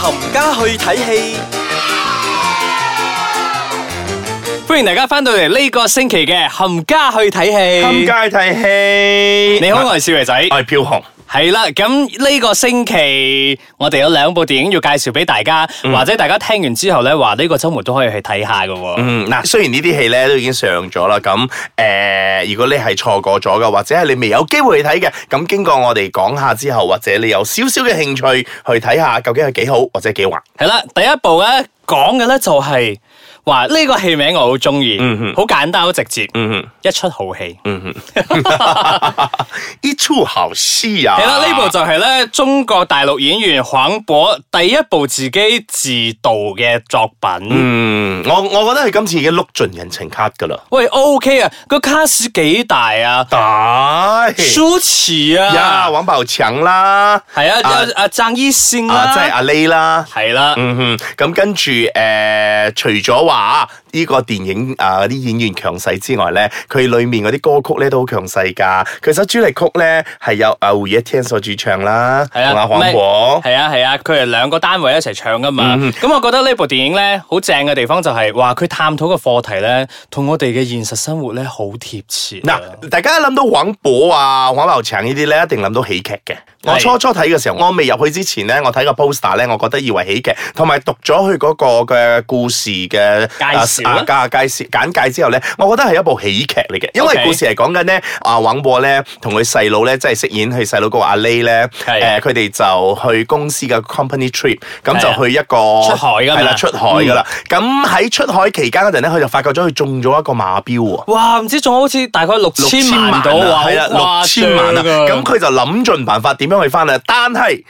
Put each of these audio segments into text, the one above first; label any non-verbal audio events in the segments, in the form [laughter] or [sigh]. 冚家去睇戲。欢迎大家翻到嚟呢个星期嘅冚家去睇冚戏。家睇戲，你好，我系少爷仔，我係飄紅。系啦。咁呢个星期我哋有两部电影要介绍俾大家，或者大家听完之后咧，话呢个周末都可以去睇下噶。嗯，嗱，雖然呢啲戲咧都已經上咗啦，咁诶、呃如果你係錯過咗嘅，或者係你未有機會去睇嘅，咁經過我哋講下之後，或者你有少少嘅興趣去睇下，究竟係幾好或者幾滑。系啦，第一部咧讲嘅咧就系话呢个戏名我好中意嗯，好简单好直接，嗯哼，一出好戏。嗯哼， [laughs] 一出好戲啊！系啦，呢部就係咧中國大陸演員黃渤第一部自己自導嘅作品。嗯，我我覺得佢今次已經碌盡人情卡㗎啦，喂，OK 啊，個卡 a s 幾大啊，大舒淇哎呀，啊，王寶強啦，係啊，啊阿阿鄭伊先啊，即係啦，阿 Lay 啦。係啦，嗯哼，咁跟住誒、呃除咗話呢個電影啊啲、演員強勢之外咧，佢裏面嗰啲歌曲咧都好強勢㗎。佢首主題曲咧係由啊胡一天所主唱啦，係同啊，阿黃渤。係啊係啊，佢哋兩個單位一齊唱噶嘛。哦嗯咁、我覺得呢部電影咧，好正嘅地方就係、哇，佢探討嘅課題咧，同我哋嘅現實生活咧好貼切啊。嗱，大家一諗到黃渤啊、黃茂強呢啲咧，一定諗到喜劇嘅。係我初初睇嘅時候，我未入去之前咧，我睇個 poster 咧，我覺得以為喜劇，同埋讀咗佢嗰個嘅故事嘅介紹啊啊啊介介紹簡介之後咧，我覺得係一部喜劇嚟嘅，因 OK 為故事係講緊咧，啊黃渤咧同佢細佬咧，即係飾演佢細佬嗰個阿 Lay 咧，係誒佢哋就去公司嘅 company trip，咁係啊就去一個出海㗎嘛係啦，出海㗎啦。咁喺出海期間嗰陣咧，佢就發覺咗佢中咗一個馬標喎。哇，唔知仲好似大概六六千千萬萬到啊，係啦，好六誇千萬啊！張啊咁佢就諗盡辦法點樣去翻嚟，但係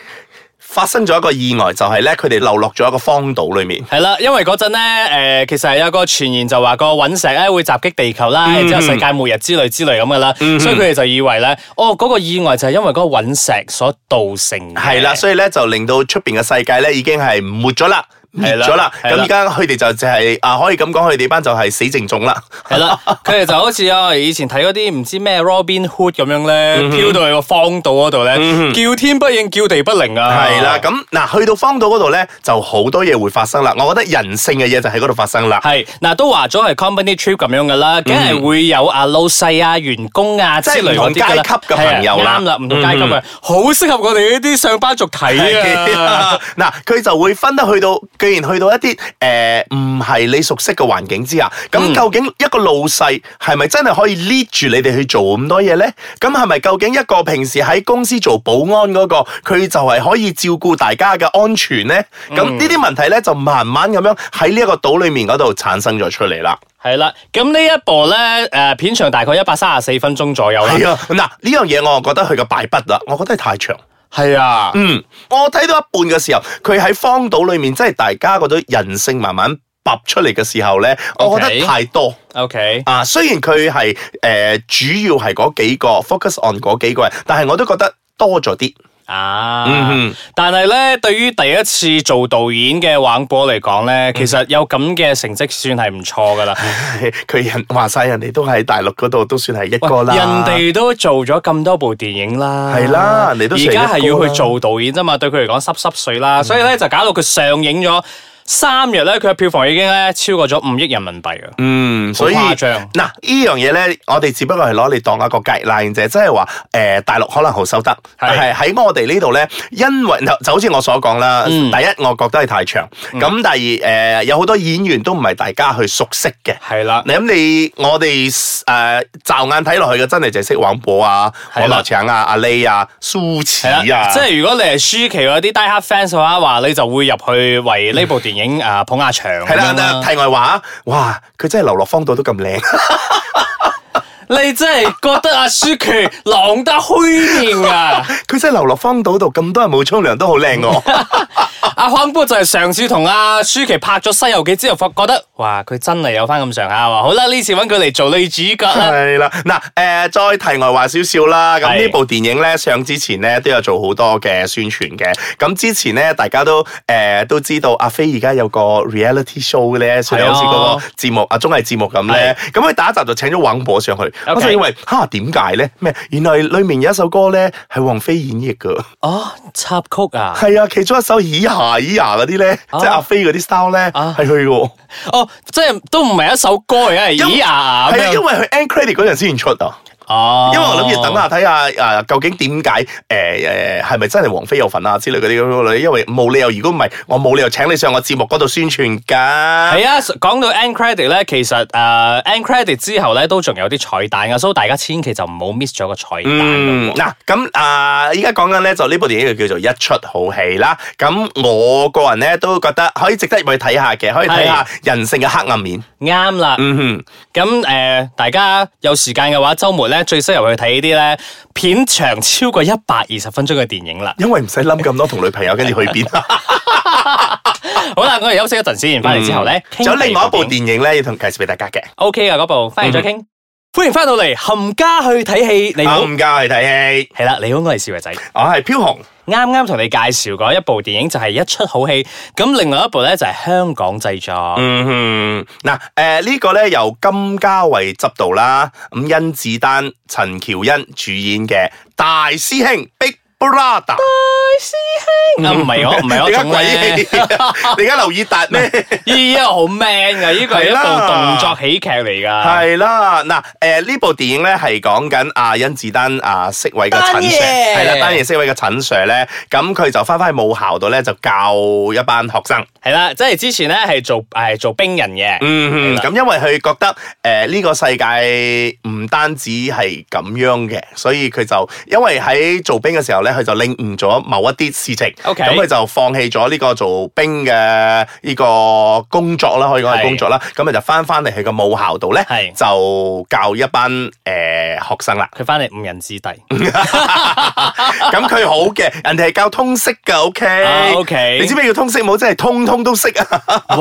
發生咗一個意外，就係咧佢哋流落咗一個荒島裏面。係啦，因為嗰陣咧，诶、其實係有個傳言就話個隕石咧會襲擊地球嗯啦，然之後世界末日之類之類咁噶啦，所以佢哋就以為咧，哦，嗰、個意外就係因為嗰個隕石所造成嘅。係啦，所以咧就令到出邊嘅世界咧已經係沒咗啦。滅係啦咗啦，係咁啦而家佢哋就就係、啊，可以咁講，佢哋班就係死剩種啦。 [laughs] 系啦，佢哋就好似我哋以前睇嗰啲唔知咩 Robin Hood 咁樣嗯咧，飄到去個荒島嗰度咧，叫天不應，叫地不靈啊！係啦，咁嗱，去到荒島嗰度咧，就好多嘢會發生啦。我覺得人性嘅嘢就喺嗰度發生啦。係嗱，都話咗係 company trip 咁樣噶啦，梗係會有啊老細啊、員工啊之嗯即係類嗰啲㗎啦唔同階級嘅朋友啦嗯係啊啱啦，唔同階級嘅，好適合我哋呢啲上班族睇啊！ [laughs] 嗱，佢就會分得去到，既然去到一啲誒唔係你熟悉嘅環境之下，嗯咁究竟一個老細係咪真係可以 lead 住你哋去做咁多嘢呢？咁係咪究竟一個平時喺公司做保安嗰、個，佢就係可以照顧大家嘅安全呢？咁嗯呢啲問題呢，就慢慢咁樣喺呢一個島裡面嗰度產生咗出嚟啦。係啦，咁呢一部咧，誒、片長大概一百三十四分鐘左右啦。係啊，嗱呢樣嘢我覺得佢嘅敗筆啦，我覺得係太長。係啊，嗯，我睇到一半嘅時候，佢喺荒島裏面，即係大家嗰種人性慢慢拔出嚟嘅時候咧，我覺 OK 得太多 OK，啊。雖然佢係誒主要係嗰幾個 focus on 嗰幾個人，但係我都覺得多咗啲。 [laughs] 啊，嗯但係咧，對於第一次做導演嘅黃渤嚟講咧，其實有咁嘅成績算係唔錯噶啦。佢人話晒人哋都喺大陸嗰度都算係一喂個啦。人哋都做咗咁多部電影啦，係啦人哋都而成日家係要歌去啦做導演啫嘛，對佢嚟講濕濕碎啦，所以咧就搞到佢上映咗三日咧，佢嘅票房已經咧超過咗五億人民幣啊！嗯，所以好誇嗱張呢樣嘢咧，我哋只不過係攞嚟當一個 guideline 啫，即係話誒大陸可能好收得，但係喺我哋呢度咧，因為就好似我所講啦，嗯第一我覺得係太長，咁第二誒、呃有好多演員都唔係大家去熟悉嘅。係啦。咁你我哋誒、呃、驟眼睇落去嘅真係就係識黃渤啊、係啦黃立強啊、阿 Lay 啊、蘇系芊啦，啊，即係如果你係舒淇嗰啲 die hard fans 嘅話，話你就會入去為呢部電影啊捧下場係咁樣。啦嗱啦。題外話啊，哇！佢真係流落荒島都咁靚。 [laughs] 你真係覺得阿舒淇浪得虛名 [laughs] 啊！佢真係流落荒島度，咁多人冇沖涼都好靚喎。阿康波就係上次同阿舒淇拍咗《西遊記》之後，發覺得哇，佢真係有翻咁上下喎。好啦，呢次揾佢嚟做女主角啦。 [laughs] 係啦，嗱，诶，再題外話少少啦。咁係呢部電影咧上之前咧都有做好多嘅宣傳嘅。咁之前咧大家都诶、呃都知道阿飛而家有個 reality show 咧，所以係啊好似嗰個節目啊綜藝節目咁咧。咁佢打一集就請咗黃渤上去，我就以為吓點解咧？咩？原來裡面有一首歌咧係王菲演繹噶，哦，插曲啊，係啊，其中一首《以下》牙咿牙嗰啲咧，啊即係阿飛嗰啲 style 咧，啊係去嘅。哦，即係都唔係一首歌嚟嘅，因咦呀係咁啊，因樣。為佢 end credit 嗰陣先出啊。哦，因為我諗住等下睇下啊，究竟點解誒誒係咪真係王菲有份啊之類嗰啲咁嘅女，因為冇理由，如果唔係，我冇理由請你上我節目嗰度宣傳㗎。係啊，講到 end credit 咧，其實誒、呃 end credit 之後咧都仲有啲彩蛋噶，所以大家千祈就唔好 miss 咗個彩蛋嗯，㗎喎。嗱咁啊，依家講緊咧就呢部電影就叫做《一出好戲》啦。咁我個人咧都覺得可以值得入去睇下嘅，可以睇下人性嘅黑暗面。啱啦、嗯哼，咁誒、呃大家有時間嘅話，週末咧最適合去睇呢啲咧片長超過一百二十分鐘嘅電影啦。因為唔使諗咁多同女朋友跟住去邊。啊 [laughs] 好啦，我哋休息一陣先，翻嚟之後咧，仲有另外一部電電影咧要同介紹俾大家嘅， OK 噶嗰部，翻嚟再傾。歡迎翻到嚟，冚家去睇戲，你好啊我，唔教去睇戲，係啦，你好，我係少爺 [laughs] 仔。我係飄紅。啱啱同你介紹過一部電影就係一出好戲，咁另外一部咧就係香港製作。嗯哼，嗱，誒呢個咧由金嘉慧執導啦，咁甄子丹、陳喬恩主演嘅《大師兄 Big Brother》。啊，唔係我，唔 [laughs] 係我你而家種鬼咧。氣， [laughs] 你而家留意達咩？依個好 man 噶，呢個係一部動作喜劇嚟噶。係啦，嗱，誒呢部電影咧係講緊阿甄子丹啊飾位嘅陳丹爺 Sir，係啦，丹爺飾位嘅陳 Sir 咧，咁佢就翻返去母校度咧就教一班學生。係啦，即係之前咧係做係做兵人嘅。嗯哼，咁因為佢覺得誒呢、個世界唔單止係咁樣嘅，所以佢就因為喺做兵嘅時候咧，佢就領悟咗某一啲事情，咁佢 OK 就放棄咗呢個做兵嘅呢個工作啦，可以講係係工作啦，咁佢就翻翻嚟佢個母校度咧係，就教一班誒、學 [laughs] 生啦。佢翻嚟五人 [laughs] 之弟。咁佢好嘅，人哋係教通識㗎 o k 啊，OK 你知咩叫通識冇？真係通通都識啊！ [laughs]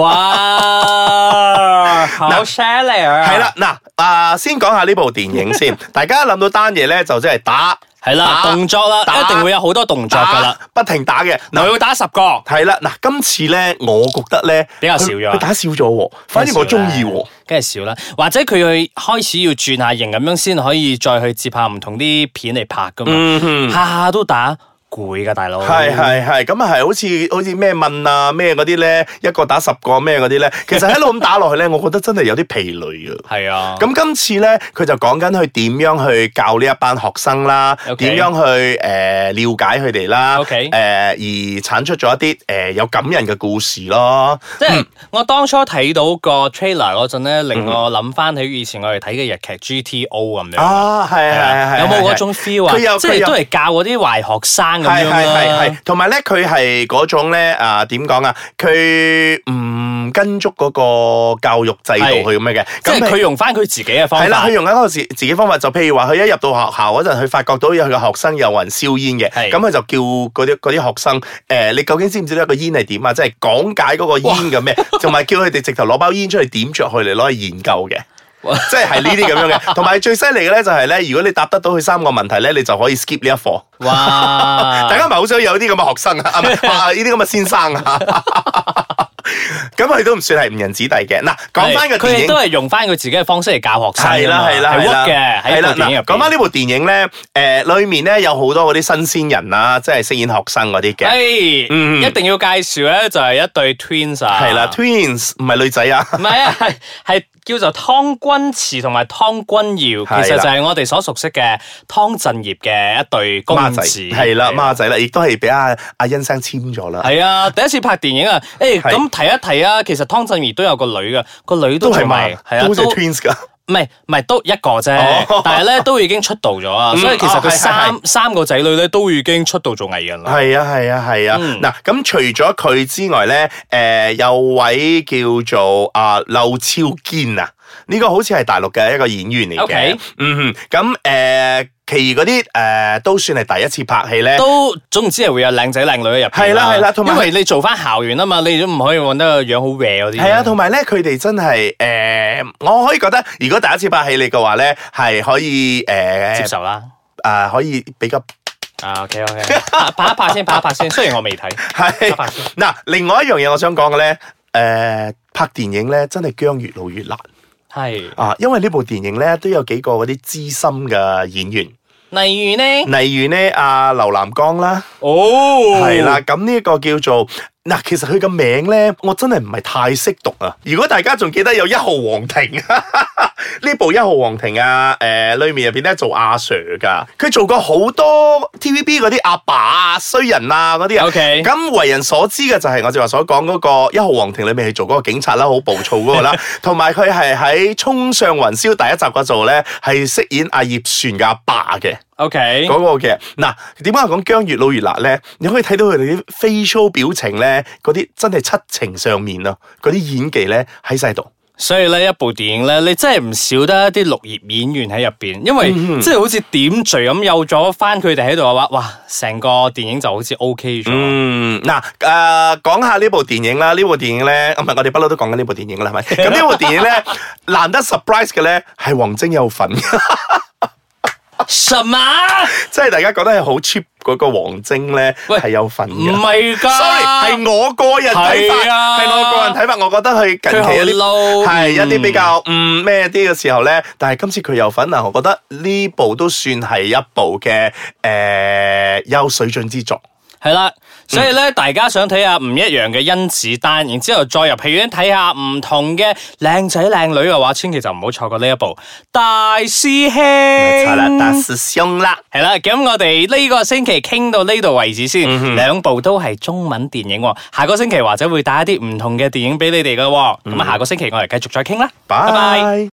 哇，好犀利啊！係啦，，嗱，啊，先講下呢部電 [laughs] 影先。大家諗到單嘢咧，就即係打係啦，打動作啦，打一定會有好多動作打噶啦。，嗯不停打嘅。我嗱，要打十個。係啦，嗱，今次咧，我覺得咧比較少咗佢佢打少咗喎，反而我中意喎。，梗係少啦。或者佢去開始要轉下型咁樣，先可以再去接下唔同啲片嚟拍噶嘛。嗯哼。下下都打攰噶，大佬。係係係，咁啊係，好似好似咩問啊咩嗰啲咧，一個打十個咩嗰啲咧，其實喺度咁打落去咧，我覺得真係有啲疲累啊。係啊。咁今次咧，佢就講緊佢點樣去教呢一班學生啦，點 OK 樣去誒、呃了解佢哋啦 OK 呃而產出咗一啲誒、呃有感人嘅故事咯。即係我當初睇到個 trailer 嗰陣咧，令我諗翻起以前我哋睇嘅日劇 GTO 咁樣。啊，係係係係啊係，有冇係嗰種 feel 啊？佢有即佢係有都係教嗰啲壞學生咁係樣啊係係啦係，。同埋咧，佢係嗰種咧啊點講啊？佢唔跟足嗰個教育制度去咁樣嘅，即係咁佢用翻佢自己嘅方係啦，法佢。用緊一個自自己方法，就譬如話，佢一入到學校嗰陣，佢發覺到有佢嘅學生有人燒煙嘅，係咁佢就叫嗰啲嗰啲學生，誒、你究竟知唔知道一個煙係點啊？即係講解嗰個煙 [laughs] 嘅咩，同埋叫佢哋直頭攞包煙出嚟點着佢嚟攞去研究 [laughs] 嘅。即係係呢啲咁樣嘅，同埋最犀利嘅咧就係咧，如果你答得到佢三個問題咧，你就可以 skip 呢一課。哇！ [laughs] 大家咪好想有啲咁嘅學生 [laughs] 啊，啊唔係啊呢啲咁嘅先生啊。 [laughs] 咁佢都唔算係誤人子弟嘅。嗱，講翻個係佢電哋影都。係用翻佢自己嘅方式嚟教學生係㗎啦啊嘛。係啦係係啦 work 嘅喺係啦部電影入嗱講翻邊。呢部電影咧，誒裡面咧有好多嗰啲新鮮人啦，即係飾演學生嗰啲哎嘅，嗯誒，一定要介紹咧，就係一對 twins 啊。係啦，twins 唔係女仔啊，唔係啊，係係叫做湯君慈同埋湯君瑤，係啦其實就係我哋所熟悉嘅湯鎮業嘅一對公孖仔子。哎係啦，孖仔啦，亦都係俾阿阿欣生簽咗啦，係啊，第一次拍電影啊，誒係咁提一提啊，其實湯鎮業都有個女嘅，個女都都係仲孖係，係啊，都都係唔 twins 噶，係唔係都一個啫哦，但係咧都已經出道咗啊，嗯所以其實哦佢係係三三個仔女咧都已經出道做藝人啦。係啊係啊係啊，嗯嗱咁除咗佢之外咧，誒有位叫做啊劉超堅啊，呢個好似係大陸嘅一個演員嚟 OK 嘅，嗯哼，咁誒其餘嗰啲誒都算係第一次拍戲咧。都總之係會有靚仔靚女喺入邊係啦係啦同埋因為你做翻校園啊嘛，你都唔可以揾得個樣好 w 嗰啲。係啊，同埋咧，佢哋真係誒、呃我可以覺得，如果第一次拍戲你嘅話咧，係可以誒、呃接受啦。啊可以 [laughs] 比較啊，OK [laughs] OK，拍拍一拍先，拍一拍先。雖然我未睇，拍一係拍先。嗱。另外一樣嘢我想講嘅咧，誒、拍電影咧真係姜越老越難係，啊，因為呢部電影咧都有幾個嗰啲資深嘅演員，例如呢，例如咧阿、劉南光啦，哦，係啦、咁呢一個叫做嗱，其實佢嘅名咧，我真係唔係太識讀啊！如果大家仲記得有一號皇庭 [laughs] 呢部一號皇庭啊，誒、呃，裏面入邊咧做阿 Sir 噶，佢做過好多 TVB 嗰啲阿爸啊、衰人啊嗰啲啊。 OK 咁為人所知嘅就係我正話所講嗰個一號皇庭裏面去做嗰個警察啦，好暴躁嗰 [laughs] 個啦，同埋佢係喺《衝上雲霄》第一集嗰度咧，係飾演阿葉璇嘅阿爸嘅。 OK，嗰個嘅嗱，點解我講姜越老越辣咧？你可以睇到佢哋啲 facial 表情咧，嗰啲真係七情上面啊，嗰啲演技咧喺晒度。所以呢一部電影咧，你真係唔少得一啲綠葉演員喺入邊，因為嗯即係好似點綴咁，有咗翻佢哋喺度嘅話，哇，成個電影就好似 OK 咗。嗯，嗱，誒講下呢部電影啦，呢部電影咧，唔係我哋不嬲都講緊呢部電影啦，係咪？咁呢部電影咧，難得 surprise 嘅咧係王晶有份， [laughs] 什麼？即係大家覺得係好 cheap 嗰個王晶咧喂係有份唔嘅。係㗎 sorry，係我個人睇啊係啊法，係我個人睇法，我覺得佢近期有啲佢好嬲係一嗯啲比較嗯咩啲嘅時候咧，但係今次佢有份啊，我覺得呢部都算係一部嘅誒有水準之作。係嗯啦，所以咧，大家想睇下唔一樣嘅甄子丹，然之後再入戲院睇下唔同嘅靚仔靚女嘅話，千祈就唔好錯過呢一部大師兄。冇錯啦，大師兄啦，係啦，咁我哋呢個星期傾到呢度為止先，兩、部都係中文電影喎。下個啊星期或者會帶一啲唔同嘅電影俾你哋嘅喎。咁、下個星期我哋繼續再傾啦，拜拜。拜。